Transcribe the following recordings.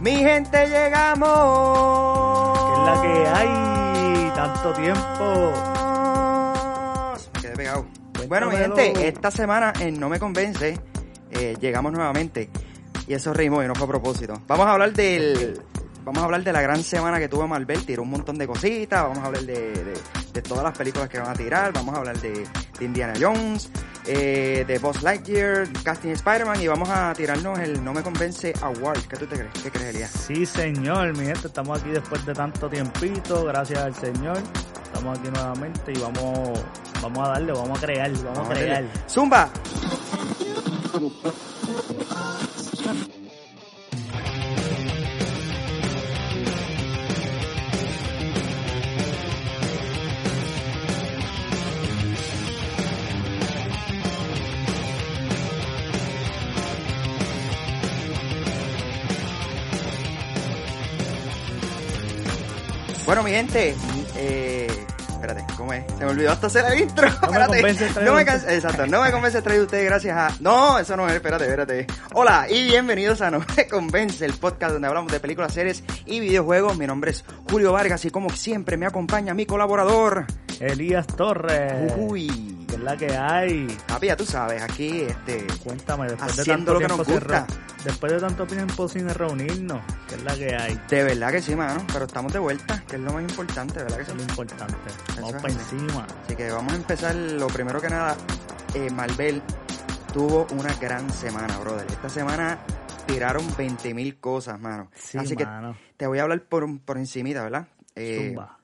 Mi gente llegamos. ¿Qué es la que hay? Tanto tiempo. Me quedé pegado. Bueno, mi gente, esta semana en No Me Convence eh, llegamos nuevamente. Y eso ritmo y no fue a propósito. Vamos a hablar del. Vamos a hablar de la gran semana que tuvo Marvel. Tiró un montón de cositas. Vamos a hablar de, de, de todas las películas que van a tirar. Vamos a hablar de, de Indiana Jones, eh, de Boss Lightyear, Casting Spider-Man. Y vamos a tirarnos el No Me Convence Award. ¿Qué tú te crees? ¿Qué crees, Elías? Sí, señor, mi gente, estamos aquí después de tanto tiempito, gracias al señor. Estamos aquí nuevamente y vamos, vamos a darle, vamos a crear, vamos, a crear. darle. ¡Zumba! Bueno, mi gente, eh, espérate, ¿cómo es? Se me olvidó hasta hacer el intro. No me espérate. convence traer no me usted. canse- Exacto, no me convence traer ustedes gracias a. No, eso no es, espérate, espérate. Hola y bienvenidos a No Me Convence, el podcast donde hablamos de películas, series y videojuegos. Mi nombre es Julio Vargas y como siempre me acompaña mi colaborador. Elías Torres. Uy. ¿Qué es la que hay? Papi, ya tú sabes, aquí este. Cuéntame, después Haciendo de lo que tanto nos tiempo sin gusta. re- después de tanto tiempo sin reunirnos, ¿qué es la que hay? De verdad que sí, mano, pero estamos de vuelta, que es lo más importante, ¿verdad que Eso sí? es lo importante. Vamos es para así. encima. Así que vamos a empezar. Lo primero que nada, eh, Marvel tuvo una gran semana, brother. Esta semana tiraron 20.000 cosas, mano. Sí, Así mano. que te voy a hablar por, por encimita, ¿verdad? Eh, Zumba.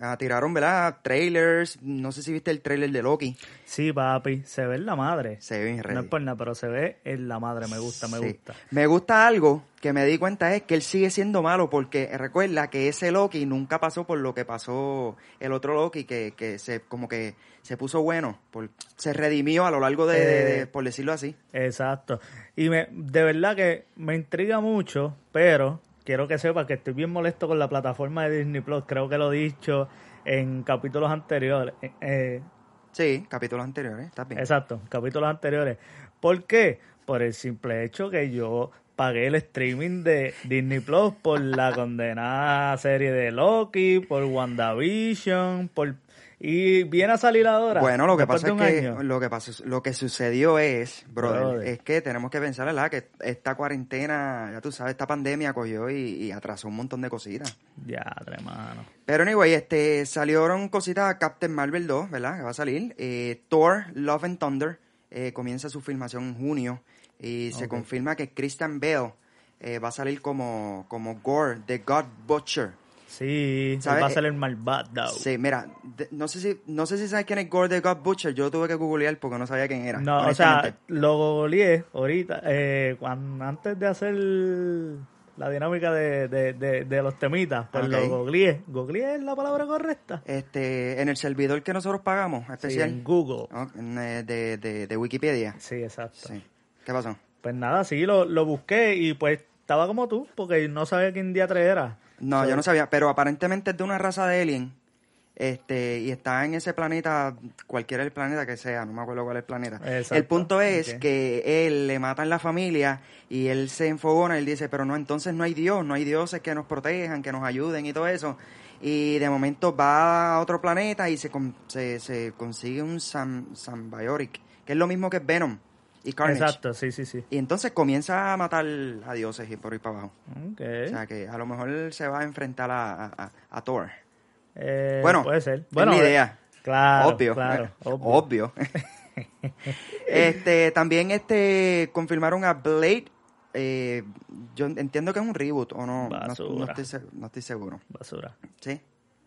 ah, tiraron, ¿verdad? Trailers. No sé si viste el trailer de Loki. Sí, papi, se ve en la madre. Se ve bien No ready. es por nada, pero se ve en la madre. Me gusta, me Sí. gusta. Me gusta algo que me di cuenta es que él sigue siendo malo porque recuerda que ese Loki nunca pasó por lo que pasó el otro Loki que, que se como que se puso bueno, por- se redimió a lo largo de, de- de- Eh. por decirlo así. Exacto. Y me, de verdad que me intriga mucho, pero quiero que sepas que estoy bien molesto con la plataforma de Disney Plus. Creo que lo he dicho en capítulos anteriores. Eh, eh, Sí, capítulos anteriores, está bien. exacto, capítulos anteriores. ¿Por qué? Por el simple hecho que yo pagué el streaming de Disney Plus por la condenada serie de Loki, por WandaVision, por y viene a salir ahora. Bueno, lo que después pasa de es un que año. lo que pasó, lo que sucedió es, brother, Brother. es que tenemos que pensar, ¿verdad? Que esta cuarentena, ya tú sabes, esta pandemia cogió y, y atrasó un montón de cositas. Ya, hermano. Pero anyway, este, salieron cositas a Captain Marvel 2, ¿verdad? Que va a salir. Eh, Thor, Love and Thunder, eh, comienza su filmación en junio. Y se Ok. confirma que Christian Bale eh, va a salir como, como Gore, The God Butcher. Sí, él ¿Sabes? va a ser el malvado. Sí, mira, de- no sé si no sé si sabes quién es Gore the God Butcher. Yo lo tuve que googlear porque no sabía quién era. No, o honestamente. sea, lo googleé ahorita, eh, cuan- antes de hacer la dinámica de, de, de, de los temitas, pues Ok. lo googleé. ¿Googleé es la palabra correcta? este, en el servidor que nosotros pagamos, Sí, especial, en Google. ¿no? Eh, de, de, de Wikipedia. Sí, exacto. Sí. ¿Qué pasó? Pues nada, sí, lo, lo busqué y pues estaba como tú, porque no sabía quién día era. No, So, yo no sabía, pero aparentemente es de una raza de alien. Este, y está en ese planeta, cualquiera el planeta que sea, no me acuerdo cuál es el planeta. Exacto, El punto es ok. que él le matan la familia y él se enfogona, él dice, pero no, entonces no hay Dios, no hay dioses que nos protejan, que nos ayuden y todo eso. Y de momento va a otro planeta y se, con- se, se consigue un Sam, Sambioric, que es lo mismo que Venom y Carnage. Exacto, sí, sí, sí. Y entonces comienza a matar a dioses y por ahí para abajo. Ok. O sea que a lo mejor se va a enfrentar a, a- a- a Thor. Eh, bueno, puede ser. eh, es mi idea. Claro, obvio. claro, obvio. obvio. este, también este confirmaron a Blade. eh, yo entiendo que es un reboot o no. No, Basura. no estoy, se- no estoy seguro. Basura. ¿Sí?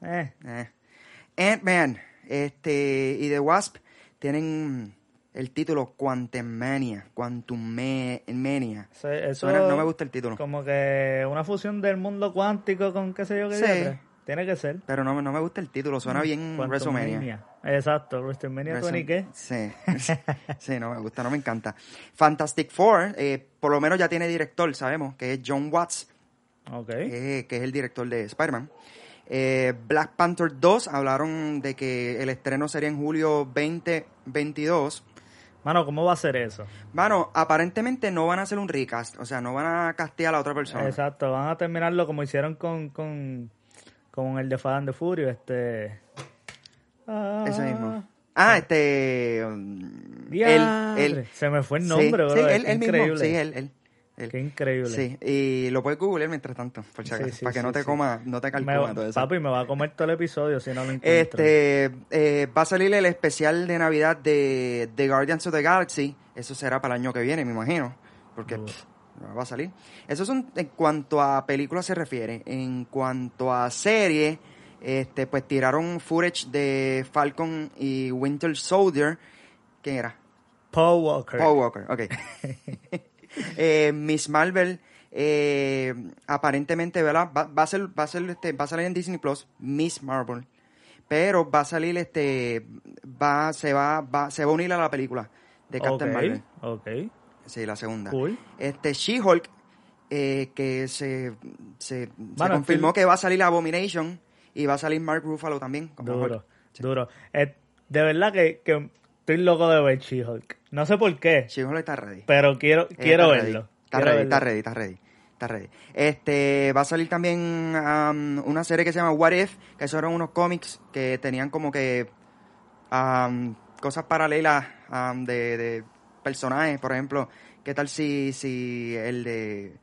Eh, Eh. Ant-Man este, y The Wasp tienen el título Quantum Mania. Quantum Mania. eso, eso- Suena- no me gusta el título. Como que una fusión del mundo cuántico con qué sé yo qué Sí. diatre. Tiene que ser. Pero no, no me gusta el título. Mm, Suena bien WrestleMania. WrestleMania. Exacto, WrestleMania Eso- 20 qué. Sí, sí, no me gusta, no me encanta. Fantastic Four, eh, por lo menos ya tiene director, sabemos, que es John Watts, Ok. eh, que es el director de Spider-Man. Eh, Black Panther 2, hablaron de que el estreno sería en julio 2022. Mano, ¿cómo va a ser eso? Mano, aparentemente no van a hacer un recast, o sea, no van a castear a la otra persona. Exacto, van a terminarlo como hicieron con, con, con el de Fadan de Furio, este... Ah, Eso mismo. Ah, este... mm, él- diadre. él- se me fue el sí, nombre, sí, bro. él, Qué él mismo, increíble. sí, él, él, él. Qué increíble. Sí, y lo puedes googlear mientras tanto, por si Sí, acaso, sí, para que sí, no te sí. coma, no te Me calcuma va- todo eso. papi, me va a comer todo el episodio si no lo encuentro. Este, eh, va a salir el especial de Navidad de, de Guardians of the Galaxy. Eso será para el año que viene, me imagino. Porque Duro. pff, no va a salir. Eso son en cuanto a películas se refiere. En cuanto a series, este, pues tiraron footage de Falcon y Winter Soldier. ¿Quién era? Paul Walker. Paul Walker, ok. Eh, Miss Marvel, eh, aparentemente, ¿verdad? Va, va a ser, va a ser, este, va a salir en Disney Plus, Miss Marvel. Pero va a salir, este, va, se va, va, se va a unir a la película de Captain Ok, Marvel. Ok, Sí, la segunda. cool. Este, She-Hulk, eh, que se, se, se Bueno, confirmó estoy- que va a salir Abomination y va a salir Mark Ruffalo también. Como Duro, Hulk. duro. Eh, de verdad que, que estoy loco de ver She-Hulk. No sé por qué, She-Hulk está ready. pero quiero, Eh, quiero está verlo. ready. Está Quiero ready, verlo. está ready, está ready. Está ready. Este, va a salir también am, una serie que se llama What If, que son unos cómics que tenían como que am, cosas paralelas am, de, de personajes, por ejemplo, ¿qué tal si, si el de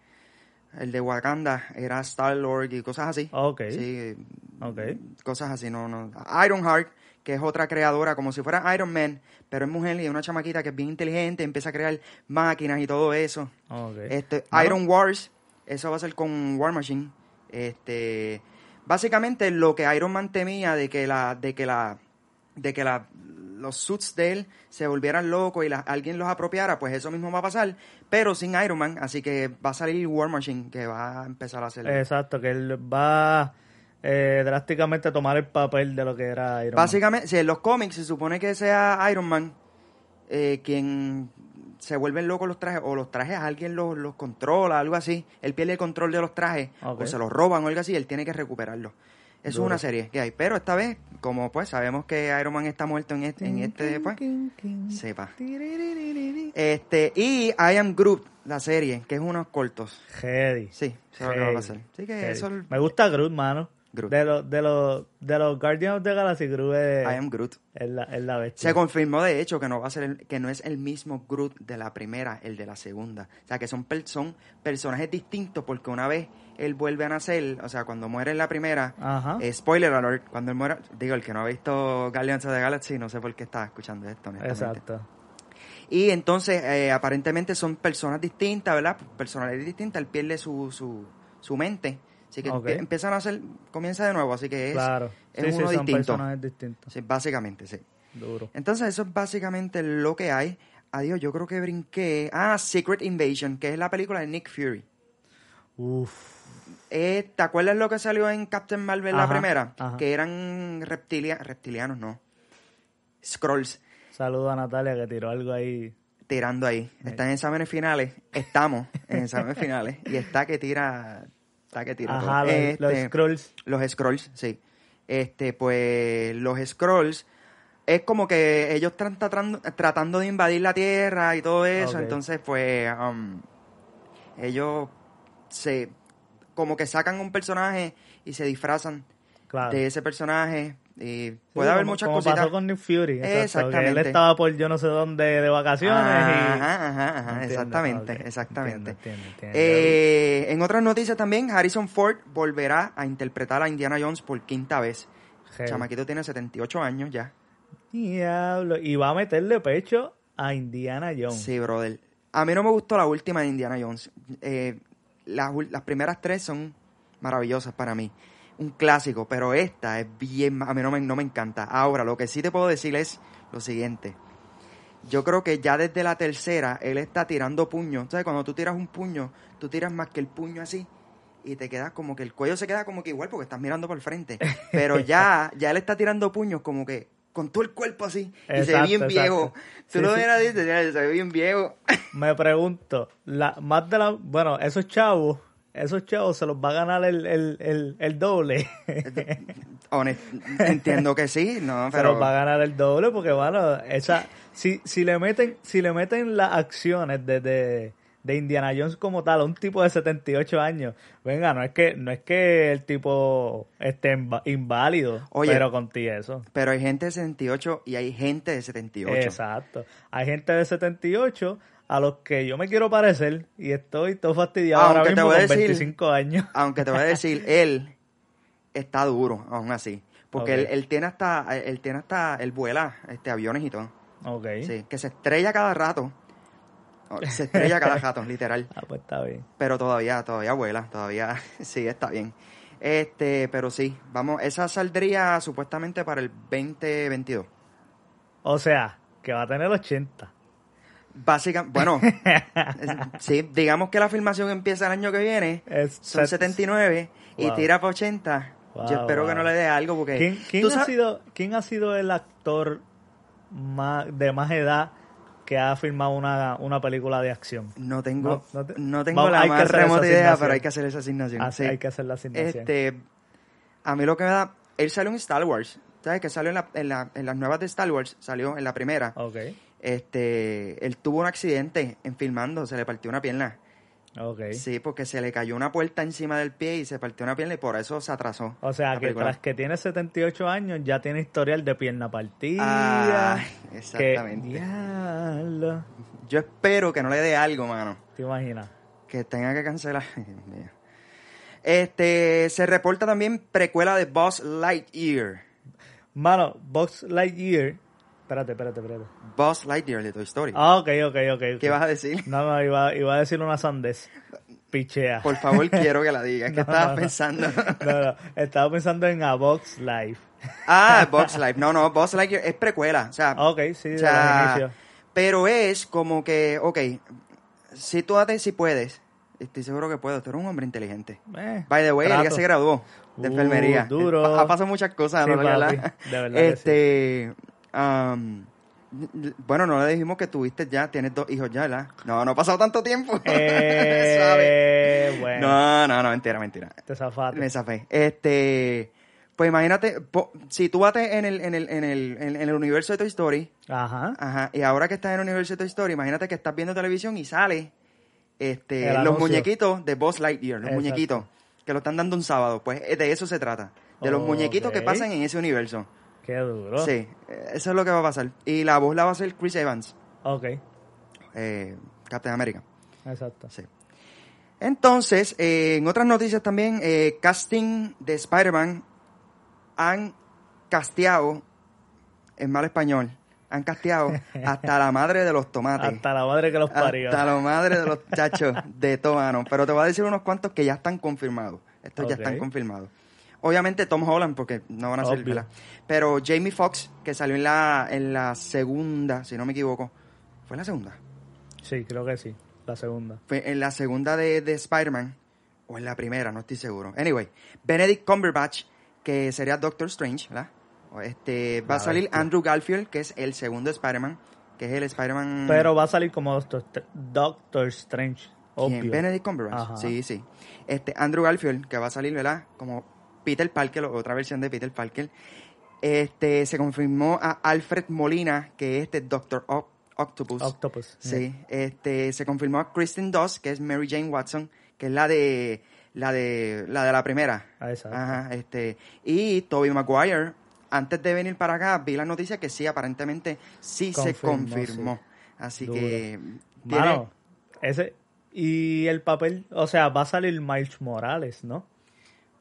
el de Wakanda era Star Lord y cosas así? Ok. Sí, Ok. cosas así, no, no. Ironheart, que es otra creadora, como si fuera Iron Man, pero es mujer y es una chamaquita que es bien inteligente, empieza a crear máquinas y todo eso. ok. Este, Mano, Iron Wars, eso va a ser con War Machine. Este, básicamente lo que Iron Man temía de que la, de que la, de que la, los suits de él se volvieran locos y la- alguien los apropiara, pues eso mismo va a pasar, pero sin Iron Man, así que va a salir War Machine que va a empezar a hacer. Exacto, que él va eh, drásticamente a tomar el papel de lo que era Iron Man. Básicamente, si en los cómics se supone que sea Iron Man eh, quien se vuelven locos los trajes, o los trajes alguien los, los controla, algo así. Él pierde el control de los trajes, Ok. o se los roban o algo así, él tiene que recuperarlos. Eso es Duro. una serie que hay. Pero esta vez, como pues sabemos que Iron Man está muerto en este, en este pues, sepa. Este, y I Am Groot, la serie, que es unos cortos. Heavy. Sí, eso es lo que va a Heavy, pasar. Así que heavy. eso es Me gusta Groot, mano. Groot. De los de los de los Guardians of the Galaxy, Groot es, I Am Groot. es la, es la bestia. Se confirmó de hecho que no va a ser el- que no es el mismo Groot de la primera, el de la segunda. O sea que son, per- son personajes distintos porque una vez él vuelve a nacer, o sea, cuando muere en la primera, Ajá. eh, spoiler alert, cuando él muera, digo, el que no ha visto Guardians of the Galaxy, no sé por qué está escuchando esto, honestamente. Exacto. Y entonces, eh, aparentemente son personas distintas, ¿verdad? Personalidades distintas, él pierde su, su, su mente. Así que Ok. empie- empiezan a hacer, comienza de nuevo, así que es, claro. es sí, sí, uno son distinto. personajes distintos. Sí, básicamente, sí. Duro. Entonces, eso es básicamente lo que hay. Adiós, yo creo que brinqué. Ah, Secret Invasion, que es la película de Nick Fury. Uf. Eh, ¿Te acuerdas lo que salió en Captain Marvel Ajá, la primera? ajá. Que eran reptilia reptilianos, no. Scrolls Saludo a Natalia que tiró algo ahí. tirando ahí. Están en exámenes finales. Estamos en exámenes finales. Y está que tira. Está que tira. Ajá, todo. los, los Este, scrolls. Los scrolls, sí. Este, pues los scrolls es como que ellos están tratando, tratando de invadir la Tierra y todo eso, Ok. entonces pues um, ellos se como que sacan un personaje y se disfrazan Claro. de ese personaje y Ah. Sí, puede haber como- muchas como cositas. pasó con Nick Fury. exacto, que él Exactamente. estaba por yo no sé dónde de vacaciones y... Ajá, ajá, ajá, Entiendo, exactamente, ok, exactamente. entiendo, entiendo, entiendo. Eh, en otras noticias también, Harrison Ford volverá a interpretar a Indiana Jones por quinta vez. Heavy. Chamaquito tiene 78 años ya. Diablo. Y va a meterle pecho a Indiana Jones. Sí, brother. A mí no me gustó la última de Indiana Jones. Eh, las, ul- las primeras tres son maravillosas para mí. Un clásico, pero esta es bien... ma- A mí no me, no me encanta. Ahora, lo que sí te puedo decir es lo siguiente. Yo creo que ya desde la tercera, él está tirando puños. ¿Sabes? Cuando tú tiras un puño, tú tiras más que el puño así. Y te quedas como que el cuello se queda como que igual porque estás mirando por el frente. Pero ya, ya él está tirando puños como que con todo el cuerpo así. y se ve Exacto, bien exacto. viejo. Tú Sí, lo sí. ves a él y te dices, "Ya, se ve bien viejo. Me pregunto, la, más de la... Bueno, esos chavos esos chavos se los va a ganar el, el, el, el doble. Honest- entiendo que sí, no, pero pero va a ganar el doble porque bueno esa si, si le meten si le meten las acciones de, de, de Indiana Jones como tal a un tipo de 78 años venga no es que no es que el tipo esté inv- inválido Oye. pero contigo eso pero hay gente de 78 y hay gente de 78. exacto hay gente de 78 a los que yo me quiero parecer y estoy todo fastidiado Ah, Aunque ahora te mismo voy con a decir- 25 años Aunque te voy a decir, él está duro, aún así. Porque Ok. él, él tiene hasta, él tiene hasta, él vuela este, aviones y todo. ok Sí, que se estrella cada rato. O- Se estrella cada rato, literal. ah pues está bien Pero todavía, todavía vuela, todavía sí está bien. Este, pero sí, vamos, esa saldría supuestamente para el 2022. o sea que va a tener 80 Básicamente, bueno, sí, digamos que la filmación empieza el año que viene, Es- son set- 79 y Wow. tira para 80. Wow, Yo espero que no wow. le dé algo porque ¿Quién, quién tú ha sabes- sido, ¿Quién ha sido el actor más, de más edad que ha filmado una, una película de acción? no tengo no, No, no te- tengo Vamos, la hay que más hacer esa remota idea, asignación. pero hay que hacer esa asignación. Así sí. Hay que hacer la asignación. Este, a mí lo que me da. Él salió en Star Wars. ¿Sabes? Que salió en, la- en la- en las nuevas de Star Wars. Salió en la primera. Ok, Este, él tuvo un accidente en filmando. Se le partió una pierna. ok. Sí, porque se le cayó una puerta encima del pie y se partió una pierna y por eso se atrasó. O sea, la que película. tras que tiene 78 años ya tiene historial de pierna partida. Ah, que- exactamente. Diablo. Yo espero que no le dé algo, mano. ¿Te imaginas? Que tenga que cancelar. Ay, Dios mío. Este, se reporta también precuela de Boss Lightyear. Mano, Box Lightyear. Espérate, espérate, espérate. Boss Lightyear de Toy Story. Ah, ok, ok, ok. ok. ¿Qué vas a decir? No, no, iba, iba a decir una sandez. Pichea. Por favor, quiero que la digas. ¿Qué No, estabas no, no. pensando? No, no, estaba pensando en A Box Life. ah, Box Life. No, no, Box Life es precuela. O sea, Ok, sí, o de sea, los inicios. pero es como que, ok, sitúate si puedes. Estoy seguro que puedo. Tú eres un hombre inteligente. Eh, By the way, él ya trato. se graduó de Uh, enfermería. Eh, duro. Ha- Ha pasado muchas cosas, Sí, ¿no? La papi, verdad. de verdad que Este. am, bueno, no le dijimos que tuviste ya, tienes dos hijos ya, ¿verdad? No, no ha pasado tanto tiempo. Suave. Eh, bueno, No, no, no, mentira, mentira. te zafaste. Me zafé. Este. Pues imagínate, po- sitúate en el, en, el, en, el, en en el universo de Toy Story. Ajá. Ajá. Y ahora que estás en el universo de Toy Story, imagínate que estás viendo televisión y sale este, El los anuncio. muñequitos de Buzz Lightyear, los Exacto. muñequitos que lo están dando un sábado. Pues eh, de eso se trata. De los Ok. Oh. muñequitos que pasan en ese universo. Qué duro. Sí, eh, eso es lo que va a pasar. Y la voz la va a hacer Chris Evans, Ok, eh, Captain America. exacto. Sí. Entonces, eh, en otras noticias también, eh, casting de Spider-Man han casteado, en mal español, han casteado hasta la madre de los tomates. Hasta la madre que los parió. Hasta la madre de los chachos de Tomano. Pero te voy a decir unos cuantos que ya están confirmados. Estos ya Ok. están confirmados. Obviamente Tom Holland, porque no van a ser. Obvio. ¿verdad? Pero Jamie Foxx, que salió en la, en la segunda, si no me equivoco. ¿Fue en la segunda? Sí, creo que sí. La segunda. Fue en la segunda de, de Spider-Man. O en la primera, no estoy seguro. Anyway, Benedict Cumberbatch, que sería Doctor Strange, ¿verdad? O Este, va a La salir bestia. Andrew Garfield, que es el segundo Spider-Man, que es el Spider-Man... Pero va a salir como Doctor, Str- Doctor Strange. ¿Quién? Obvio. Benedict Cumberbatch. Ajá. Sí, sí. Este, Andrew Garfield, que va a salir, ¿verdad? Como Peter Parker, o- otra versión de Peter Parker. Este, se confirmó a Alfred Molina, que es este Doctor Oc- Octopus. Octopus. Eh, sí. Este, se confirmó a Kristen Doss, que es Mary Jane Watson, que es la de la de la de la primera. Ah, exacto. Ajá, este, y Toby Maguire, antes de venir para acá, vi la noticia que sí, aparentemente sí se Confirmó, confirmó. sí. Así Duro. que tiene- Mano, ese... Y el papel, o sea, va a salir Miles Morales, ¿no?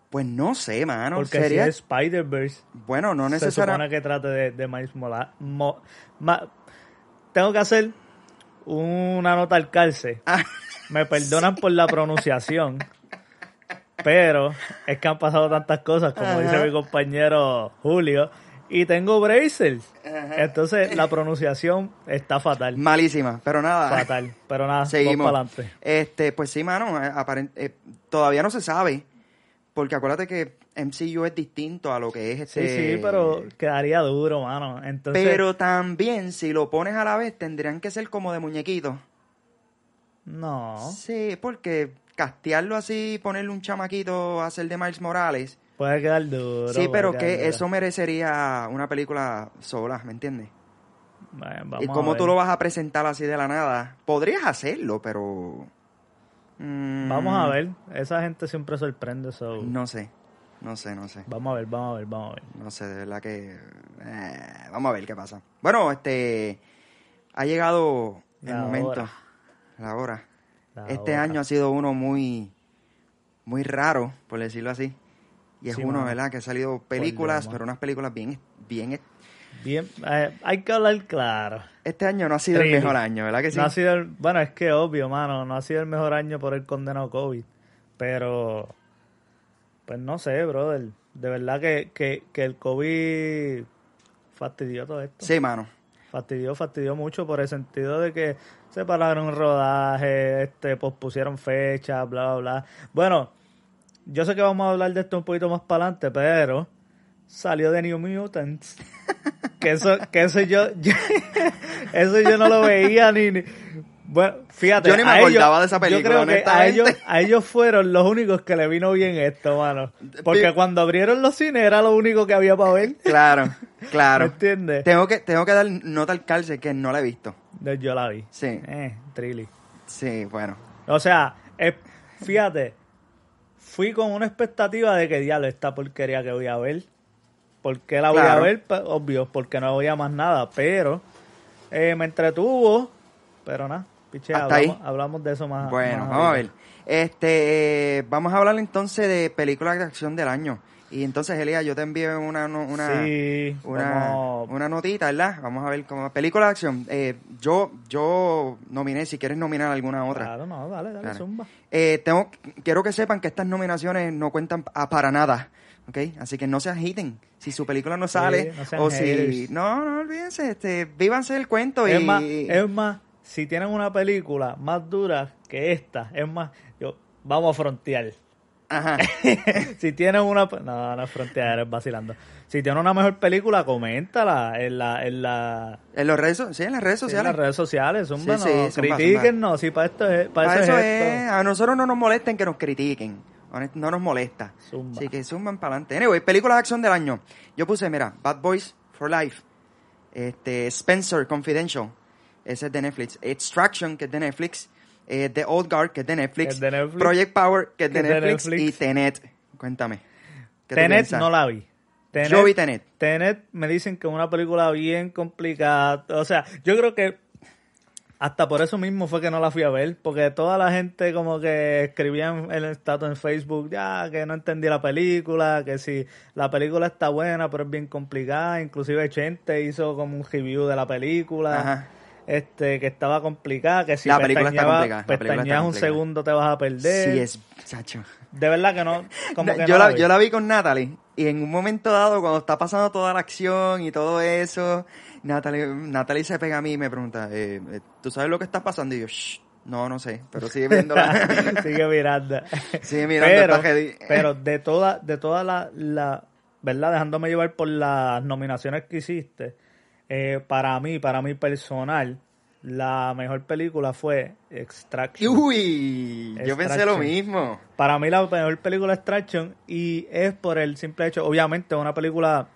Pues no sé, mano. Porque Sería- si es Spider-Verse, Bueno, no se supone necesariamente. que trate de, de Miles Morales. tengo que hacer una nota al calce. Ah, Me perdonan por la pronunciación. Pero es que han pasado tantas cosas, como dice mi compañero Julio. Y tengo braces. Entonces la pronunciación está fatal. Malísima, pero nada. Fatal. Pero nada, Seguimos. vamos para adelante. Este, pues sí, mano. eh, aparent- eh, todavía no se sabe. Porque acuérdate que MCU es distinto a lo que es Sí, este. sí, pero quedaría duro, mano. Entonces, Pero también, si lo pones a la vez, tendrían que ser como de muñequito. no. Sí, porque castearlo así, ponerle un chamaquito a hacer de Miles Morales. Puede quedar duro. Sí, pero puede quedar que duro. eso merecería una película sola, ¿me entiendes? Bueno, vamos ¿Y a cómo ver. tú lo vas a presentar así de la nada? Podrías hacerlo, pero... mm, Vamos a ver. Esa gente siempre sorprende, so. No sé, no sé, no sé. Vamos a ver, vamos a ver, vamos a ver. No sé, de verdad que... eh, vamos a ver qué pasa. Bueno, este... Ha llegado el La momento, hora. la hora. La este hora. año ha sido uno muy... Muy raro, por decirlo así. Y es Sí, uno, mano. ¿verdad? Que ha salido películas, mano. pero unas películas bien... bien Bien, eh, hay que hablar claro. este año no ha sido Trilly. el mejor año, ¿verdad que sí? No ha sido el, bueno, es que obvio, mano, no ha sido el mejor año por el condenado COVID, pero pues no sé, brother, de verdad que, que, que el COVID fastidió todo esto. Sí, mano. Fastidió, fastidió mucho por el sentido de que separaron rodaje, este, pospusieron fechas, bla, bla, bla. Bueno, yo sé que vamos a hablar de esto un poquito más para adelante, pero salió de New Mutants. Que eso, que eso yo, yo- eso yo no lo veía ni, ni- bueno, fíjate. Yo ni me a acordaba de esa película, Yo creo que a honestamente. ellos, a ellos fueron los únicos que le vino bien esto, mano. Porque Pi- cuando abrieron los cines era lo único que había para ver. Claro, claro. ¿Me entiendes? Tengo que, tengo que dar nota al calce que no la he visto. No, Yo la vi. Sí. Eh, Trilly. Sí, bueno. O sea, es- fíjate, fui con una expectativa de que diablo esta porquería que voy a ver. ¿Por qué la voy Claro. a ver? Pues, obvio, porque no voy a más nada, pero eh, me entretuvo, pero nada, piche, Hasta hablamos, ahí. hablamos de eso más. bueno, más vamos a ver. ahorita. Este, eh, vamos a hablar entonces de películas de acción del año. Y entonces, Elia, yo te envié una, no- una, sí, una, vamos- una notita, ¿verdad? Vamos a ver cómo... Películas de acción. Eh, yo, yo nominé, si quieres nominar alguna otra. Claro, no, dale, dale, Claro. zumba. Eh, tengo, quiero que sepan que estas nominaciones no cuentan a- para nada. ¿ok? Así que no se agiten si su película no sale no sean o si haters. no no olvídense este vívanse el cuento y Es más, es más, si tienen una película más dura que esta, es más, yo, vamos a frontear. Ajá. si tienes una. pe- No, no es frontear, es vacilando. Si tienes una mejor película, coméntala en, la, en, la, en los redes so- sí en las redes sí, en sociales las redes sociales. Zumba, Sí, no, sí, zumba, critíquennos. Sí, para, esto es, para, Pa' eso, eso es, es, esto. a nosotros no nos molesten que nos critiquen Honest- no nos molesta Zumba. así que zumban para adelante anyway películas de acción del año yo puse mira Bad Boys for Life este Spencer Confidential ese es de Netflix Extraction que es de Netflix eh, The Old Guard que es de Netflix, Que es de Netflix. Project Power que es de, Que es de Netflix, y Netflix. Tenet cuéntame ¿qué tú Tenet piensas? no la vi. Tenet, Yo vi Tenet. Tenet me dicen que es una película bien complicada. O sea, yo creo que hasta por eso mismo fue que no la fui a ver. Porque toda la gente como que escribía en el estatus en Facebook, ya, que no entendí la película, que si la película está buena, pero es bien complicada. Inclusive Chente hizo como un review de la película. Ajá. Este, que estaba complicada, que si La película está pestañeabas- complicada, la película está pestañeabas un complicada. segundo te vas a perder. sí es chacho De verdad que no. Como No, que yo, no la, la vi. yo la vi con Natalie y en un momento dado, cuando está pasando toda la acción y todo eso, Natalie, Natalie se pega a mí y me pregunta, eh, eh, ¿tú sabes lo que está pasando? Y yo, "Shh, no, no sé, pero sigue viéndola. Sigue mirando. sigue mirando pero, esta jedi- pero de toda, de toda la, la- ¿verdad? Dejándome llevar por las nominaciones que hiciste, eh, para mí, para mi personal, la mejor película fue Extraction. eh, Uh. Uy, yo pensé lo Extraction. mismo. Para mí la mejor película es Traction y es por el simple hecho, obviamente, una película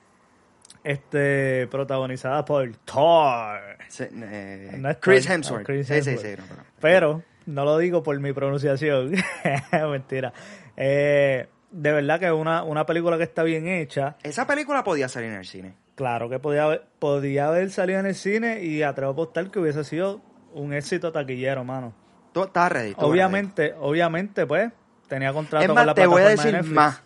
este protagonizada por Thor. Se- eh, No es Chris Thor, Hemsworth. no, Chris Sí, sí, Hemsworth. sí, no, pero- Pero no lo digo por mi pronunciación. Mentira. Eh, de verdad que es una, una película que está bien hecha. Esa película podía salir en el cine. Claro que podía haber, podía haber salido en el cine y atrevo a apostar que hubiese sido un éxito taquillero, mano. Tú estás ready. tú Obviamente, obviamente, pues, tenía ready. contrato Es con más, la te voy plataforma a de decir Netflix. más.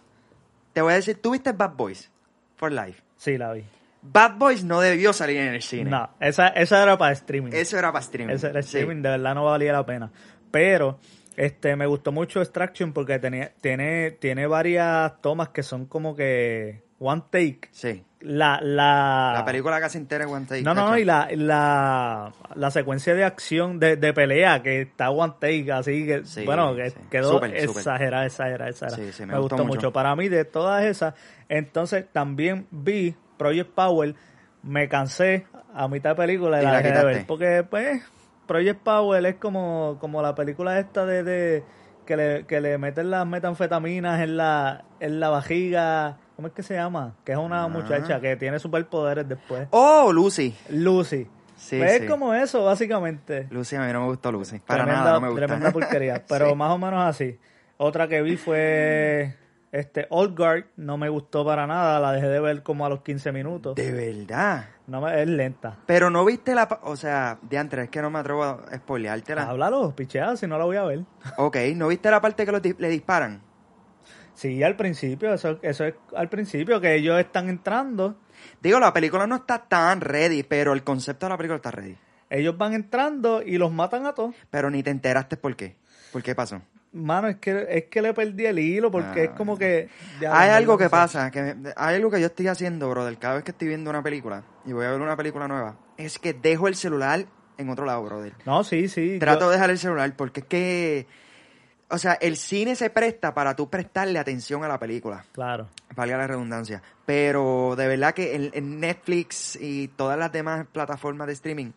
Te voy a decir, ¿tú viste Bad Boys for Life? Sí, la vi. Bad Boys no debió salir en el cine. No, esa, esa era para streaming. Eso era para streaming. Ese era sí. streaming, de verdad no valía la pena. Pero este me gustó mucho Extraction porque tenía, tiene, tiene varias tomas que son como que one take. Sí. La, la, La película casi entera es One Take. Ah. No, no, cacho. no, y la, la, la secuencia de acción, de, de pelea, que está one take, así que, Sí, bueno, que sí. quedó Súper, súper. exagerada, exagerada, exagerada. Sí, sí, me, gustó, mucho. Para mí, de todas esas, entonces también vi Project Power, me cansé a mitad de película Y de la la dejé de quitaste. ver, porque pues Project Power es como, como la película esta de, de que le, que le meten las metanfetaminas en la, en la vajiga. ¿Cómo es que se llama? Que es una muchacha que tiene superpoderes después. Oh, Lucy. Lucy. Sí, Pues sí. es como eso, básicamente. Lucy, a mí no me gustó Lucy. Para tremenda, nada, no me gusta. tremenda porquería. Pero Sí. más o menos así. Otra que vi fue este Old Guard. No me gustó para nada. La dejé de ver como a los 15 minutos. De verdad. No me- es lenta. Pero no viste la... pa- O sea, de antes, es que no me atrevo a spoileártela. Háblalo, pichea, si no la voy a ver. Ok, ¿no viste la parte que los di- le disparan? Sí, al principio, eso, eso es al principio, que ellos están entrando, Digo, la película no está tan ready, pero el concepto de la película está ready. ellos van entrando y los matan a todos. Pero ni te enteraste por qué. ¿Por qué pasó? Mano, es que, es que le perdí el hilo, porque Ah. es como que... ya, hay no algo que sé. pasa, que me- hay algo que yo estoy haciendo, brother, cada vez que estoy viendo una película y voy a ver una película nueva, es que dejo el celular en otro lado, brother. No, sí, sí. Trato yo- de dejar el celular porque es que, o sea, el cine se presta para tú prestarle atención a la película, Claro. valga la redundancia, pero de verdad que en, en Netflix y todas las demás plataformas de streaming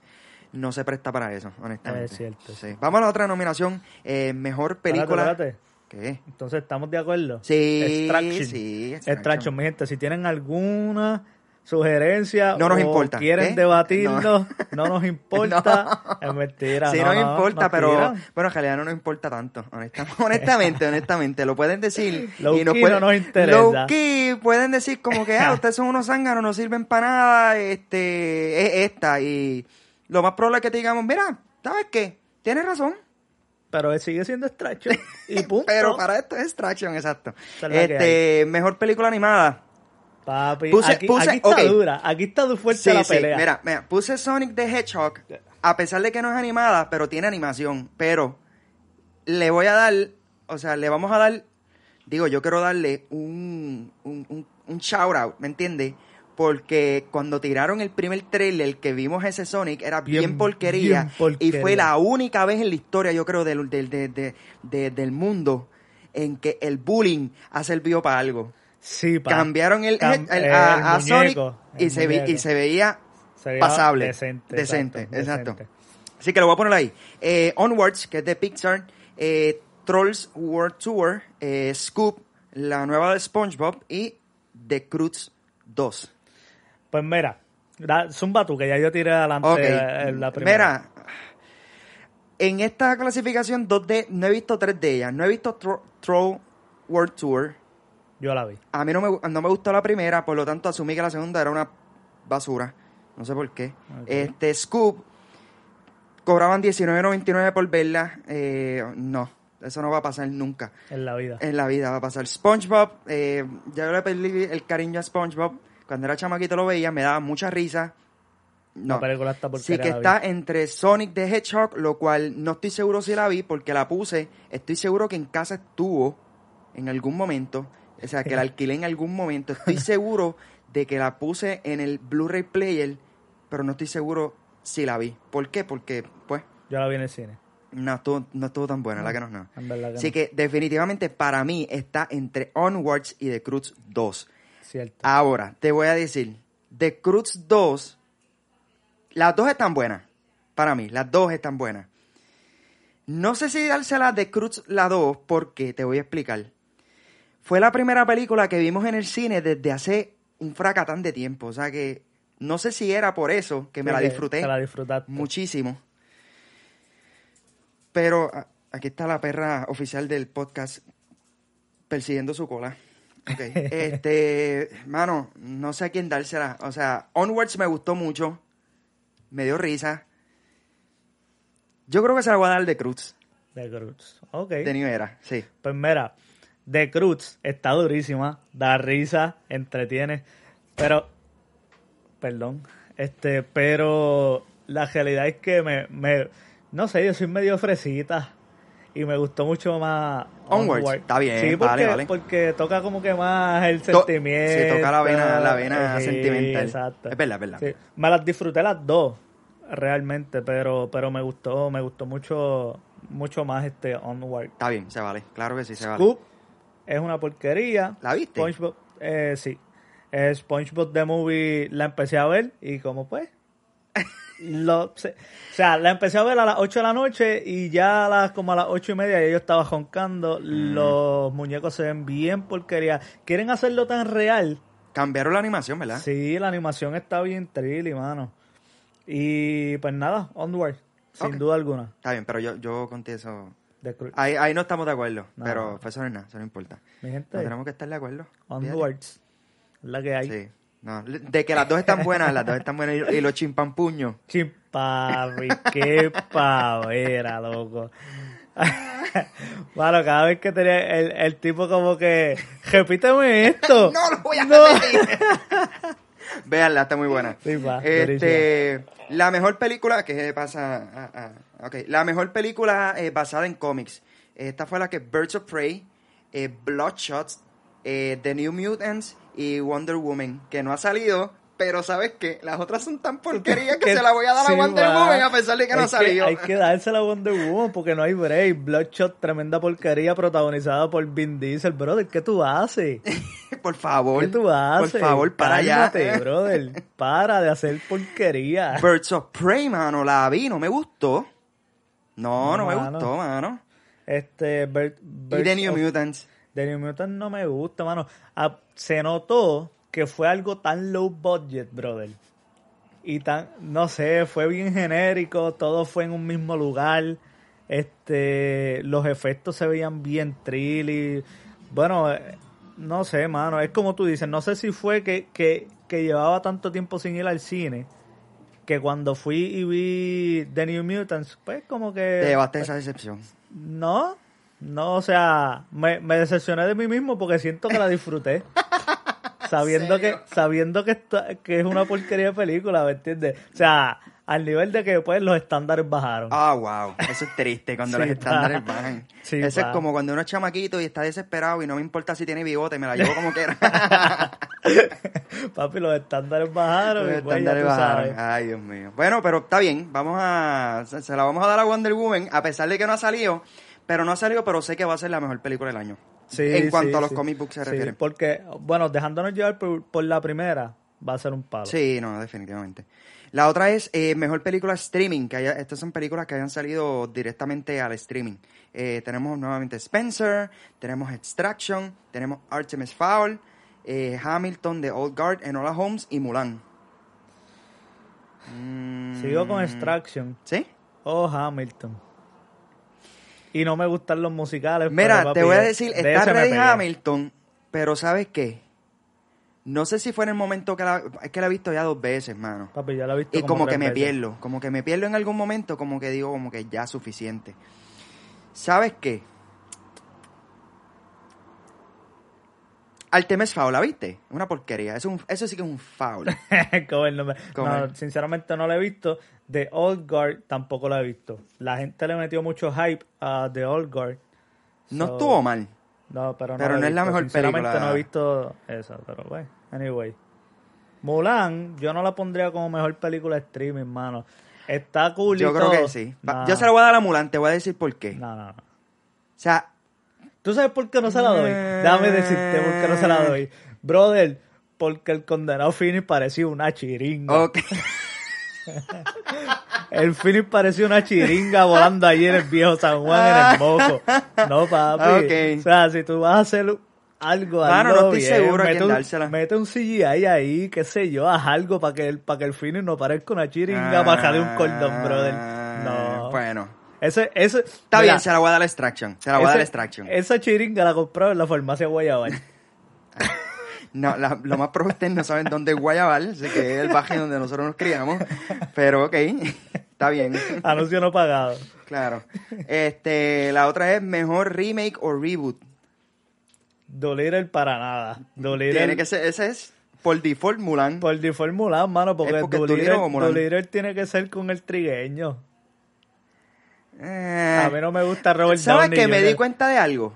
no se presta para eso, honestamente. Ah, Es cierto. Sí. Vamos a la otra nominación, eh, mejor película. Espérate, espérate. ¿Qué? Entonces, ¿estamos de acuerdo? Sí, Extraction. sí, Extraction. Extraction. mi gente, si tienen alguna sugerencia No nos o importa, quieren ¿eh? debatirnos, no. nos importa, es mentira. Sí, no, no, no, importa, nos pero tiran. bueno, en realidad no nos importa tanto, honesta- honestamente, honestamente, lo pueden decir. Low key pueden- no nos interesa. Low key pueden decir como que, ah, ustedes son unos zánganos, no sirven para nada, este, es esta, y lo más probable es que te digamos, mira, ¿sabes qué? Tienes razón, Pero sigue siendo Extraction y punto. pero para esto es extraction, exacto. Esa es la que Este, mejor película animada. Papi, Puse- aquí, puse- aquí está ok. dura, aquí está du- fuerte Sí, la sí, pelea. mira, mira, puse Sonic the Hedgehog, a pesar de que no es animada, pero tiene animación, pero le voy a dar, o sea, le vamos a dar, digo, yo quiero darle un, un, un- un shout out, ¿me entiendes? Porque cuando tiraron el primer trailer que vimos ese Sonic era bien, Bien- porquería, bien porquería. y fue la única vez en la historia, yo creo, del, del, de- de- de- del mundo en que el bullying ha servido para algo. sí, pa. Cambiaron el, Cam- el- eh, a, el a Sonic muñeco, y el se, vi- muñeco. y se veía Sería pasable. Decente. Decente, exacto. decente. Así que lo voy a poner ahí. Eh, Onwards, que es de Pixar. eh, Trolls World Tour. eh, Scoop, la nueva de SpongeBob. Y The Cruz 2. Pues mira, da, zumba tú, que ya yo tiré adelante Ok. eh, la primera. Mira, en esta clasificación 2D no he visto tres de ellas. No he visto Tro- Troll World Tour. Yo la vi. A mí no me, gu- no me gustó la primera, por lo tanto asumí que la segunda era una basura. No sé por qué. Ok. Este, Scoop, cobraban 19.99 por verla. Eh, no, eso no va a pasar nunca. En la vida. En la vida va a pasar. SpongeBob, eh, ya yo le perdí el cariño a SpongeBob. Cuando era chamaquito lo veía, me daba mucha risa. No. La película está porquería, Sí que la vi. está entre Sonic the Hedgehog, lo cual no estoy seguro si la vi porque la puse. Estoy seguro que en casa estuvo en algún momento. O sea, que la alquilé en algún momento. Estoy seguro de que la puse en el Blu-ray player, pero no estoy seguro si la vi. ¿Por qué? Porque, pues, Yo la vi en el cine. no estuvo, no estuvo tan buena, la que no es nada. En verdad que Así no. que definitivamente para mí está entre Onwards y The Cruz 2. Cierto. Ahora, te voy a decir, The Cruz 2, las dos están buenas. Para mí, las dos están buenas. No sé si dársela The Cruz la 2 porque te voy a explicar. Fue la primera película que vimos en el cine desde hace un fracatán de tiempo. O sea que no sé si era por eso que me Sí, la disfruté Te la disfrutaste. muchísimo. Pero a- aquí está la perra oficial del podcast persiguiendo su cola. Ok. Este, mano, no sé a quién dársela. O sea, Onwards me gustó mucho. Me dio risa. Yo creo que se la voy a dar de Cruz. De Cruz. Ok. De Nivera, sí. Pues mira, The Cruz está durísima, da risa, entretiene, pero, perdón, este, pero la realidad es que me, me no sé, yo soy medio fresita y me gustó mucho más Onward. Está bien, sí, porque, vale, vale. porque toca como que más el To- sentimiento. sí, toca la vena- la vena Sí, sentimental. Exacto. Es verdad, es verdad. Sí, me las disfruté las dos realmente, pero, pero me gustó, me gustó mucho, mucho más este Onward. Está bien, se vale. Claro que sí, se vale. Scoop es una porquería. ¿La viste? SpongeBob, eh, sí. Eh, SpongeBob The Movie la empecé a ver y como pues, Lo- se- o sea, la empecé a ver a las 8 de la noche y ya a las, como a las 8 y media ya yo estaba joncando. Mm. Los muñecos se ven bien porquería. Quieren hacerlo tan real. Cambiaron la animación, ¿verdad? Sí, la animación está bien trilly, mano. Y pues nada, Onward, sin Ok. Ah, duda alguna. Está bien, pero yo, yo conté eso. De Cru- Ahí, ahí no estamos de acuerdo, No. pero pues, eso no es nada, eso no importa. Mi No gente, tenemos que estar de acuerdo. Fíjate. Onwards, la que hay. Sí. No, de que las dos están buenas, las dos están buenas y, y los chimpanpuños. Chimpavi, qué pavera, loco. bueno, cada vez que tenía el, el tipo como que, repíteme esto. No lo voy a No. repetir. Véanla, está muy buena. Sí, va, este, la mejor película que pasa. ah, ah, ok. La mejor película eh, basada en cómics. Esta fue la que Birds of Prey, eh, Bloodshot, eh, The New Mutants y Wonder Woman, que no ha salido. Pero sabes que las otras son tan porquerías que, se la voy a dar Sí, a Wonder va. Woman a pesar de que no Hay ha salido. Hay que dársela a Wonder Woman porque no hay break. Bloodshot, tremenda porquería protagonizada por Vin Diesel. Brother, ¿qué tú haces? Por favor. ¿Qué tú haces? Por favor, para allá. Cálmate, brother. Para de hacer porquería. Birds of Prey, mano, la vi, no me gustó. No, no, No, me mano. gustó, mano. Este, Bird, y The Birds New of- Mutants. The New Mutants no me gusta, mano. Ah, se notó que fue algo tan low budget, brother. Y tan, no sé, fue bien genérico, todo fue en un mismo lugar. Este, los efectos se veían bien trilly. Bueno, eh, no sé, mano, es como tú dices, no sé si fue que, que, que llevaba tanto tiempo sin ir al cine que cuando fui y vi The New Mutants, pues como que... Te llevaste esa decepción. No, no, o sea, me, me decepcioné de mí mismo porque siento que la disfruté. sabiendo que, sabiendo que, está- que es una porquería de película, ¿me entiendes? O sea, al nivel de que pues los estándares bajaron. Ah, wow. Eso es triste cuando Sí, los estándares pa. bajan. Sí, Eso pa. es como cuando uno es chamaquito y está desesperado y no me importa si tiene bigote, me la llevo como quiera. Papi, los estándares bajaron. Los y, pues, ya estándares tú bajaron. sabes. Ay, Dios mío. Bueno, pero está bien. Vamos a. Se se la vamos a dar a Wonder Woman, a pesar de que no ha salido. Pero no ha salido, pero sé que va a ser la mejor película del año. Sí, en cuanto sí, a los sí. comic books se Sí, refiere. Porque, bueno, dejándonos llevar por, por la primera, va a ser un palo. Sí, no, definitivamente. La otra es eh, mejor película streaming, que haya, estas son películas que hayan salido directamente al streaming. Eh, tenemos nuevamente Spencer, tenemos Extraction, tenemos Artemis Fowl, eh, Hamilton de Old Guard, Enola Holmes y Mulan. Mm, Sigo con Extraction ¿Sí? o Hamilton. Y no me gustan los musicales. Mira, pero, te papi, voy a de- decir, de está ese me Ready pegué. Hamilton, pero ¿sabes qué? No sé si fue en el momento que la, es que la he visto ya dos veces, mano. Papi, yo la he visto Y como, que tres me veces. pierdo, como que me pierdo en algún momento, como que digo como que ya suficiente. ¿Sabes qué? Artemis Fowl, ¿la viste? Una porquería, es un, eso sí que es un foul. Como el nombre. Como No, el- sinceramente no la he visto. The Old Guard tampoco la he visto. La gente le metió mucho hype a The Old Guard. No So, estuvo mal. No, pero no, pero he no es la visto. mejor Sinceramente película. no he visto esa, pero bueno, anyway. Mulan, yo no la pondría como mejor película de streaming, hermano. Está cool y Yo creo todo. que sí. Va- Nah, Yo se la voy a dar a Mulan, te voy a decir por qué. nah, nah, nah. O sea, ¿Tú sabes por qué no se la doy? Eh. Dame decirte por qué no se la doy. Brother, porque el condenado Phoenix parecía una chiringa. ok. El Philip parecía una chiringa volando allí en el viejo San Juan en el moco. No, papi. Ah. Ok. O sea, si tú vas a hacer algo, Mano, hazlo no estoy bien. seguro a mete quién un, dársela. Mete un CGI ahí, qué sé yo, haz algo para que el, para que el Phoenix no parezca una chiringa Ah, baja de un cordón, brother. No. Bueno. Ese, ese, Ah, pues. Está mira, bien, se la voy a dar a Extraction. Se la voy a dar ese- a Extraction. Esa chiringa la compraba en la farmacia Guayabal. No, la- lo más probable es que ustedes no saben dónde es Guayabal, así que es el baje donde nosotros nos criamos. Pero ok, está bien. Anuncio no pagado. Claro. Este, la otra es mejor remake o reboot. Dolir el para nada. Dolir Tiene el que ser, ese es por default Mulan. Por default Mulan, mano, porque, Es porque Doolittle, Doolittle o Mulan. Doolittle tiene que ser con el trigueño. Eh, A mí no me gusta Robert ¿Sabes Downey que me Jr. di cuenta de algo?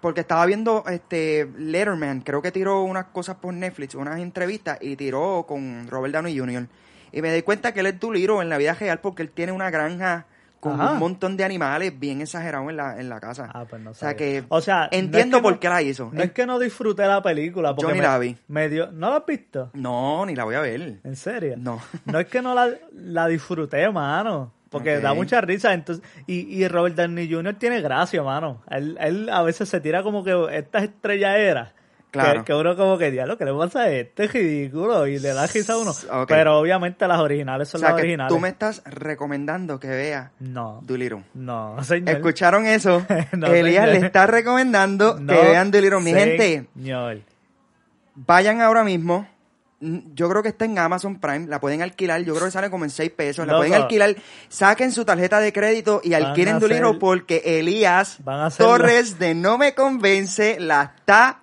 Porque estaba viendo este Letterman, creo que tiró unas cosas por Netflix, unas entrevistas, y tiró con Robert Downey Jr. Y me di cuenta que él es Duliro en la vida real porque él tiene una granja con Ajá. un montón de animales bien exagerados en la, en la casa. Ah, pues no o sea sabía. que O sea, no entiendo es que por no- qué la hizo. No es que no disfruté la película. Porque Yo ni me- la vi. me dio- ¿No la has visto? No, ni la voy a ver. ¿En serio? No. No es que no la, la disfruté, mano. Porque Ok. da mucha risa. entonces y, y Robert Downey Jr. tiene gracia, mano. Él, él a veces se tira como que esta estrella era. Claro. Que, que uno como que, diablo, ¿qué le pasa a este? Es ridículo. Y le da risa a uno. Ok. Pero obviamente las originales o son sea las que originales. tú me estás recomendando que vea No, Doolittle. no, señor. ¿Escucharon eso? No, Elías señor. le está recomendando No, que vean Doolittle. Mi gente, Señor. vayan ahora mismo. Mm, Yo creo que está en Amazon Prime, la pueden alquilar, yo creo que sale como en 6 pesos, la Loco. pueden alquilar, saquen su tarjeta de crédito y Van a alquilen hacer- Doolittle porque Elías Van a hacer Torres de No Me Convence la está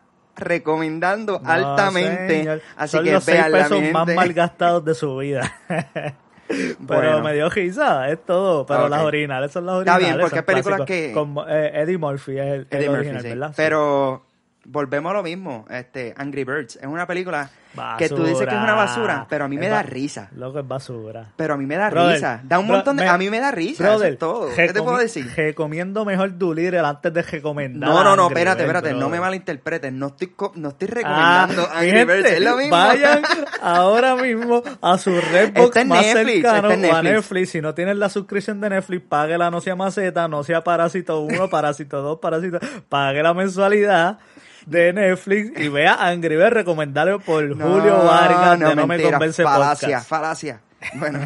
recomendando No, altamente. señor. Así Son que los seis vean la pesos más malgastados de su vida. pero Bueno. Ah, me dio risa, es todo. Pero Ok. las originales son las Está originales. bien, porque son hay películas clásicos. que- Como, eh, Eddie Murphy es el, el Eddie Murphy, original, sí. ¿verdad? Sí. Pero volvemos a lo mismo, este Angry Birds es una película que tú dices que es Basura. una basura, pero a mí Es me ba- da risa. Loco, es basura. Pero a mí me da Brother, risa. Da un bro- montón de... me- a mí me da risa. eso brother, es todo. ¿Qué te recomi- puedo decir? Recomiendo mejor Doolittle antes de recomendar. No, no, no, Angry espérate, Birds, espérate. No brother. me malinterpretes. No estoy, co- no estoy Ah, recomendando mi Angry gente, Birds. Es lo mismo. Vayan ahora mismo a su Redbox Está en más Netflix, cercano está en o a Netflix. Netflix. Si no tienes la suscripción de Netflix, páguela, no sea maceta, no sea parásito 1, parásito 2, parásito... Pague la mensualidad de Netflix y vea Angry Birds recomendado por Julio Vargas de No Me mentira, Convence Falacia, Podcast. falacia. Bueno,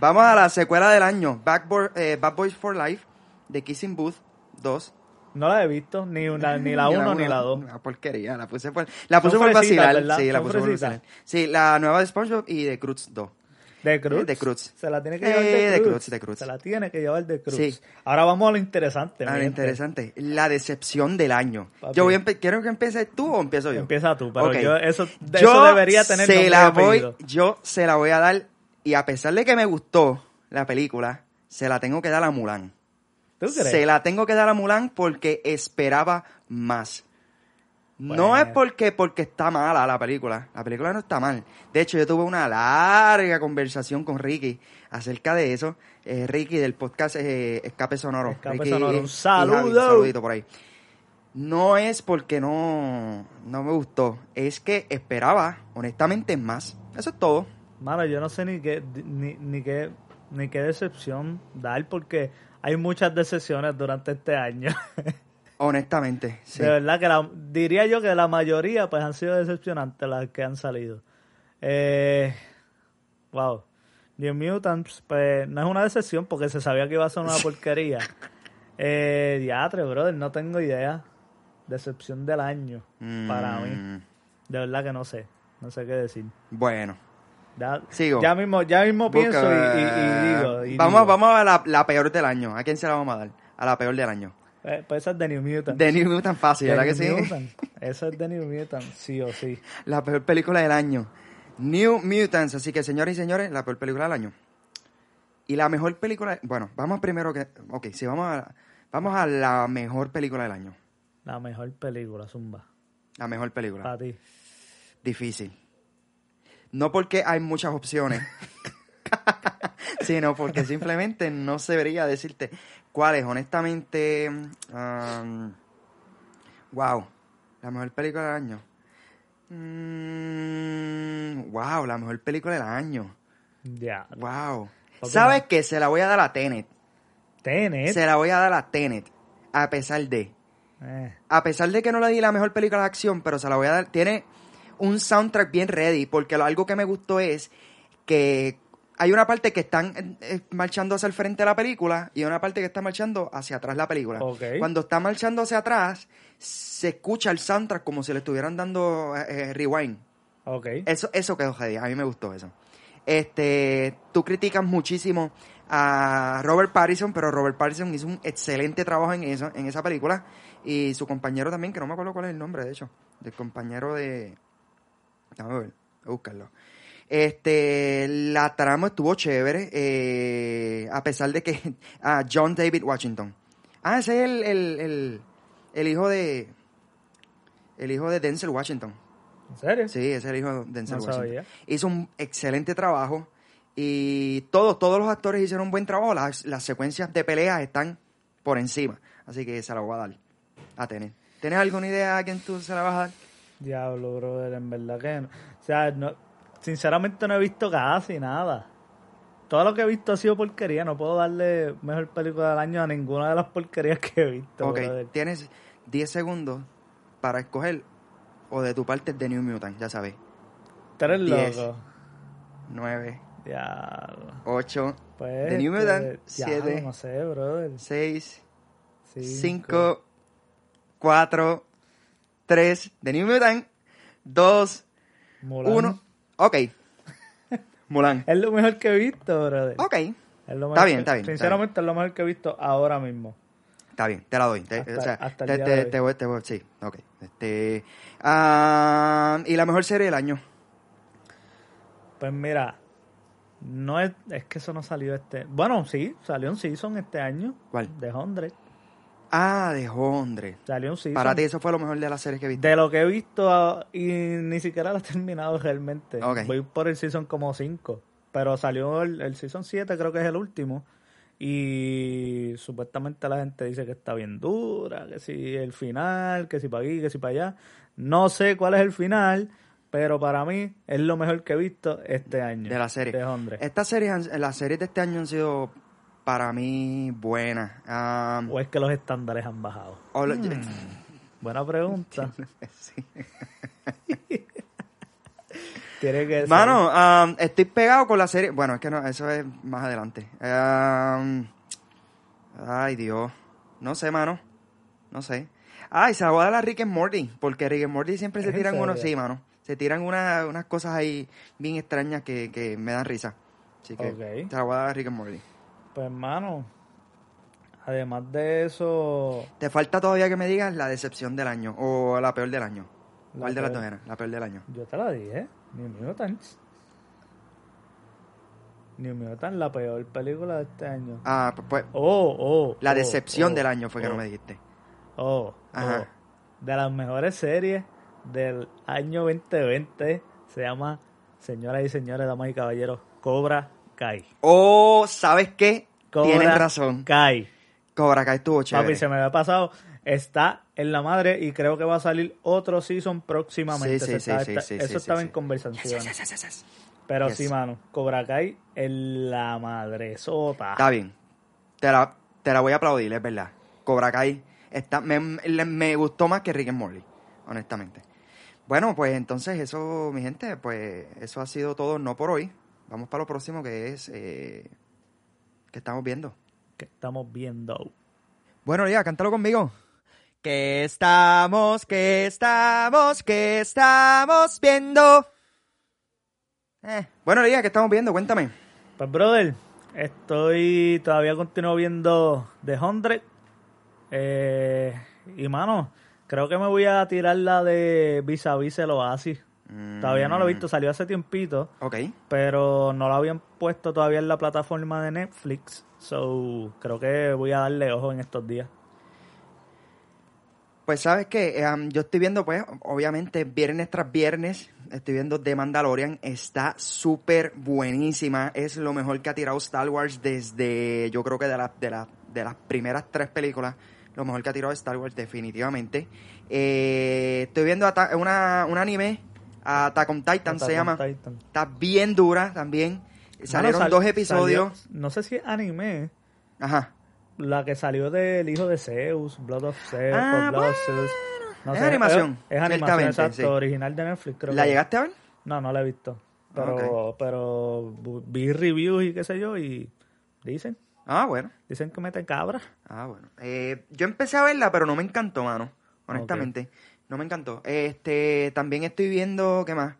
vamos a la secuela del año. Bad, Bo- eh, Bad Boys for Life de Kissing Booth 2. No la he visto, ni, una, ni la 1 ni la 2. Una porquería. La puse por, la puse Son por fresitas, vacilar. ¿verdad? Sí, la Son puse por fresitas. vacilar. Sí, la nueva de SpongeBob y de Cruz 2. De Cruz. Eh, De Cruz. Se la tiene que Eh, llevar de, de Cruz. Cruz, de Cruz. Se la tiene que llevar de Cruz. Sí. Ahora vamos a lo interesante. mi Ah, gente. interesante. La decepción del año. Papi. Yo voy a empe- quiero que empieces tú o empiezo yo. Empieza tú, pero Ok. yo, eso, de Yo eso debería tener nombre se y la apellido. voy, yo se la voy a dar y a pesar de que me gustó la película, se la tengo que dar a Mulan. ¿Tú crees? Se la tengo que dar a Mulan porque esperaba más. No Bueno. es porque, porque está mala la película. La película no está mal. De hecho, yo tuve una larga conversación con Ricky acerca de eso. Eh, Ricky del podcast eh, Escape Sonoro. Escape Ricky Sonoro, un y Javi, saludo. saludito por ahí. No es porque no, no me gustó. Es que esperaba, honestamente, más. Eso es todo. Mano, yo no sé ni qué, ni, ni qué, ni qué decepción dar porque hay muchas decepciones durante este año. Honestamente. Sí. De verdad que la, diría yo que la mayoría pues han sido decepcionantes las que han salido. Eh, wow. New Mutants, pues no es una decepción porque se sabía que iba a ser una porquería. Eh, diatre, brother, no tengo idea. Decepción del año para mí. Mm, De verdad que no sé. No sé qué decir. Bueno. Ya, Sigo. ya mismo, ya mismo Busca- eh, pienso y, y- y digo. y vamos, digo. vamos a la, la peor del año. ¿A quién se la vamos a dar? A la peor del año. Eh, pues esa es de New Mutant. De New Mutant fácil, ¿verdad que sí? Esa es de New Mutant, sí o sí. La peor película del año. New Mutants. Así que, señores y señores, la peor película del año. Y la mejor película... Bueno, vamos primero que... Ok, sí, vamos a, vamos a la mejor película del año. La mejor película, Zumba. La mejor película. Para ti. Difícil. No porque hay muchas opciones, sino porque simplemente no sabría decirte cuáles. Honestamente, um, wow, la mejor película del año. Mm, wow, la mejor película del año. Ya. Wow. Papi, ¿Sabes qué? Se la voy a dar a Tenet. Tenet. Se la voy a dar a Tenet. A pesar de... Eh, A pesar de que no le di la mejor película de acción, pero se la voy a dar. Tiene un soundtrack bien ready, porque lo- algo que me gustó es que hay una parte que están eh, eh, marchando hacia el frente de la película y una parte que está marchando hacia atrás la película. Ok. Cuando está marchando hacia atrás, se escucha el soundtrack como si le estuvieran dando eh, eh, rewind. ok. Eso, eso quedó heavy. A mí me gustó eso. Este, tú criticas muchísimo a Robert Pattinson, pero Robert Pattinson hizo un excelente trabajo en eso, en esa película. Y su compañero también, que no me acuerdo cuál es el nombre, de hecho, del compañero de. Déjame ver, voy a buscarlo. Este, la trama estuvo chévere, eh, a pesar de que. A John David Washington. Ah, ese es el, el, el, el hijo de. El hijo de Denzel Washington. ¿En serio? Sí, ese es el hijo de Denzel No Washington. sabía. Hizo un excelente trabajo. Y todos, todos los actores hicieron un buen trabajo. Las, las secuencias de peleas están por encima. Así que se la voy a dar a tener. ¿Tienes alguna idea a quién tú se la vas a dar? Diablo, brother, en verdad que no. O sea, no, sinceramente no he visto casi nada. Todo lo que he visto ha sido porquería. No puedo darle mejor película del año a ninguna de las porquerías que he visto. ok, brother. tienes 10 segundos para escoger o de tu parte de New Mutant, ya sabes. Tú eres diez. loco. 9, Diablo. 8, Pues, The New Mutant, este, siete. diablo, No sé, brother. 6, Cinco. 5, 4, 3, The New Mutant, 2, Mulan. 1. Ok. Mulan. Es lo mejor que he visto, brother. Ok. Es lo Ah, Está mejor bien, que- está bien, está Sinceramente es lo mejor que he visto ahora mismo. Está bien, te la doy. Te, Hasta- o sea, hasta el te, día te- de hoy. te voy, te voy, sí, ok. Este, ah, y la mejor serie del año. Pues mira, no es, es que eso no salió este. Bueno, sí, salió un season este año. ¿Cuál? De Hundred. Ah, de Hondre. Salió un season. Para ti eso fue lo mejor de las series que viste. De lo que he visto ah, y ni siquiera lo he terminado realmente. Ok. Voy por el season como 5. Pero salió el, el season 7, creo que es el último. Y supuestamente la gente dice que está bien dura, que si el final, que si para aquí, que si para allá. No sé cuál es el final, pero para mí es lo mejor que he visto este año. De la serie. Eh, De Hundred. Estas series, han- las series de este año han sido para mí buenas. Ah, ¿O es que los estándares han bajado? o lo- Mm. Buena pregunta. sí. Tiene que ser. Mano, um, estoy pegado con la serie. Bueno, es que no, eso es más adelante. Um, ay, Dios. No sé, mano. No sé. Ay, se la voy a dar a Rick and Morty. Porque Rick and Morty siempre se ¿Es en tiran unos, sí, serio? mano. Se tiran una- unas cosas ahí bien extrañas que, que me dan risa. Así que Ok. se la voy a dar a Rick and Morty. Pues hermano, además de eso, Te falta todavía que me digas la decepción del año o la peor del año. La ¿Cuál de las peor. dos era? La peor del año. yo te la dije, New Mutants. New Mutants, la peor película de este año. Ah, pues, pues, Oh, oh. la oh, decepción oh, del año fue que no oh, me dijiste. Oh, Ajá. oh. De las mejores series del año 2020 se llama, señoras y señores, damas y caballeros, Cobra Kai. Oh, ¿sabes qué? Cobra Tienes razón. Kai. Cobra Kai estuvo Papi, chévere. se me había pasado. Está en la madre y creo que va a salir otro season próximamente. Sí, sí, Se sí, está- sí, está- sí, eso sí, estaba sí, en sí. conversaciones. Yes, yes, yes, yes, yes. Pero Yes. sí, mano, Cobra Kai en la madre sota. Está bien. Te la, te la voy a aplaudir, es verdad. Cobra Kai está, me, le- me gustó más que Rick and Morty, honestamente. Bueno, pues entonces eso, mi gente, pues eso ha sido todo, no por hoy. Vamos para lo próximo que es... Eh, que estamos viendo. Que estamos viendo. Bueno, ya, cántalo conmigo. Que estamos, que estamos, que estamos viendo. Eh, Bueno, Lía, ¿qué estamos viendo? Cuéntame. Pues, brother, estoy todavía continúo viendo The Hundred. Eh, y, mano, creo que me voy a tirar la de Vis a Vis el Oasis. Todavía Mm. no lo he visto, salió hace tiempito. Ok. pero no lo habían puesto todavía en la plataforma de Netflix. So, creo que voy a darle ojo en estos días. Pues sabes que yo estoy viendo, pues, obviamente, viernes tras viernes, estoy viendo The Mandalorian. Está súper buenísima. Es lo mejor que ha tirado Star Wars desde, yo creo que de, la- de, la- de las primeras tres películas. Lo mejor que ha tirado Star Wars, definitivamente. Eh, estoy viendo ata- una, un anime, Attack on Titan Attack se on llama. Titan. Está bien dura también. Salieron Mano, sal- dos episodios. salió- no sé si es anime. Ajá. La que salió del hijo de Zeus, Blood of Zeus, Ah, o Blood of Zeus. No Es sé, animación, Es, es animación, ciertamente, exacto, sí. original de Netflix, creo. ¿La que- llegaste a ver? No, no la he visto. Pero, pero bu- vi reviews y qué sé yo, y dicen, Ah, bueno. dicen que meten cabra. Ah, bueno. Eh, yo empecé a verla, pero no me encantó, mano. Honestamente. No me encantó. Este, también estoy viendo, ¿qué más?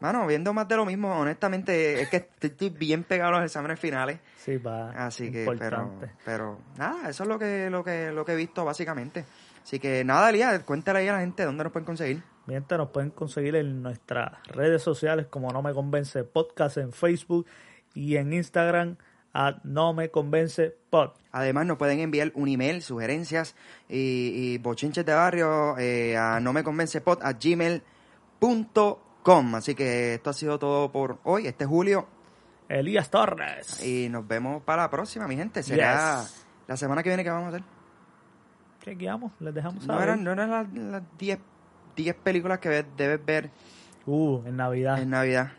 Mano, viendo más de lo mismo, honestamente, es que estoy, estoy bien pegado a los exámenes finales. Sí, va. Así que, pero, importante. pero, nada, eso es lo que, lo que, lo que he visto básicamente. Así que nada, Elías, cuéntale ahí a la gente dónde nos pueden conseguir. Mientras nos pueden conseguir en nuestras redes sociales como No Me Convence Podcast en Facebook y en Instagram a No Me Convence Pod. Además, nos pueden enviar un email, sugerencias y, y bochinches de barrio eh, a no me convence a gmail.com. Así que esto ha sido todo por hoy, este julio. Elías Torres. Y nos vemos para la próxima, mi gente. Será Yes. la semana que viene que vamos a hacer. Chequeamos, les dejamos No saber. eran, no eran las- las 10 10 películas que ve- debes ver Uh, en Navidad. en Navidad.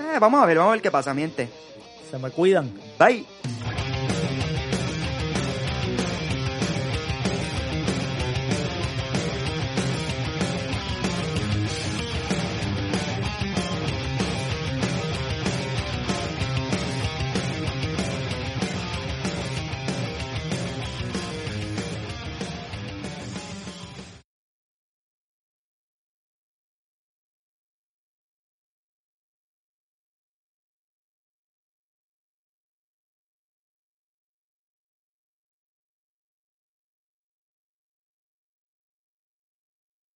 Eh, vamos a ver, vamos a ver qué pasa, mi gente. Se me cuidan. Bye.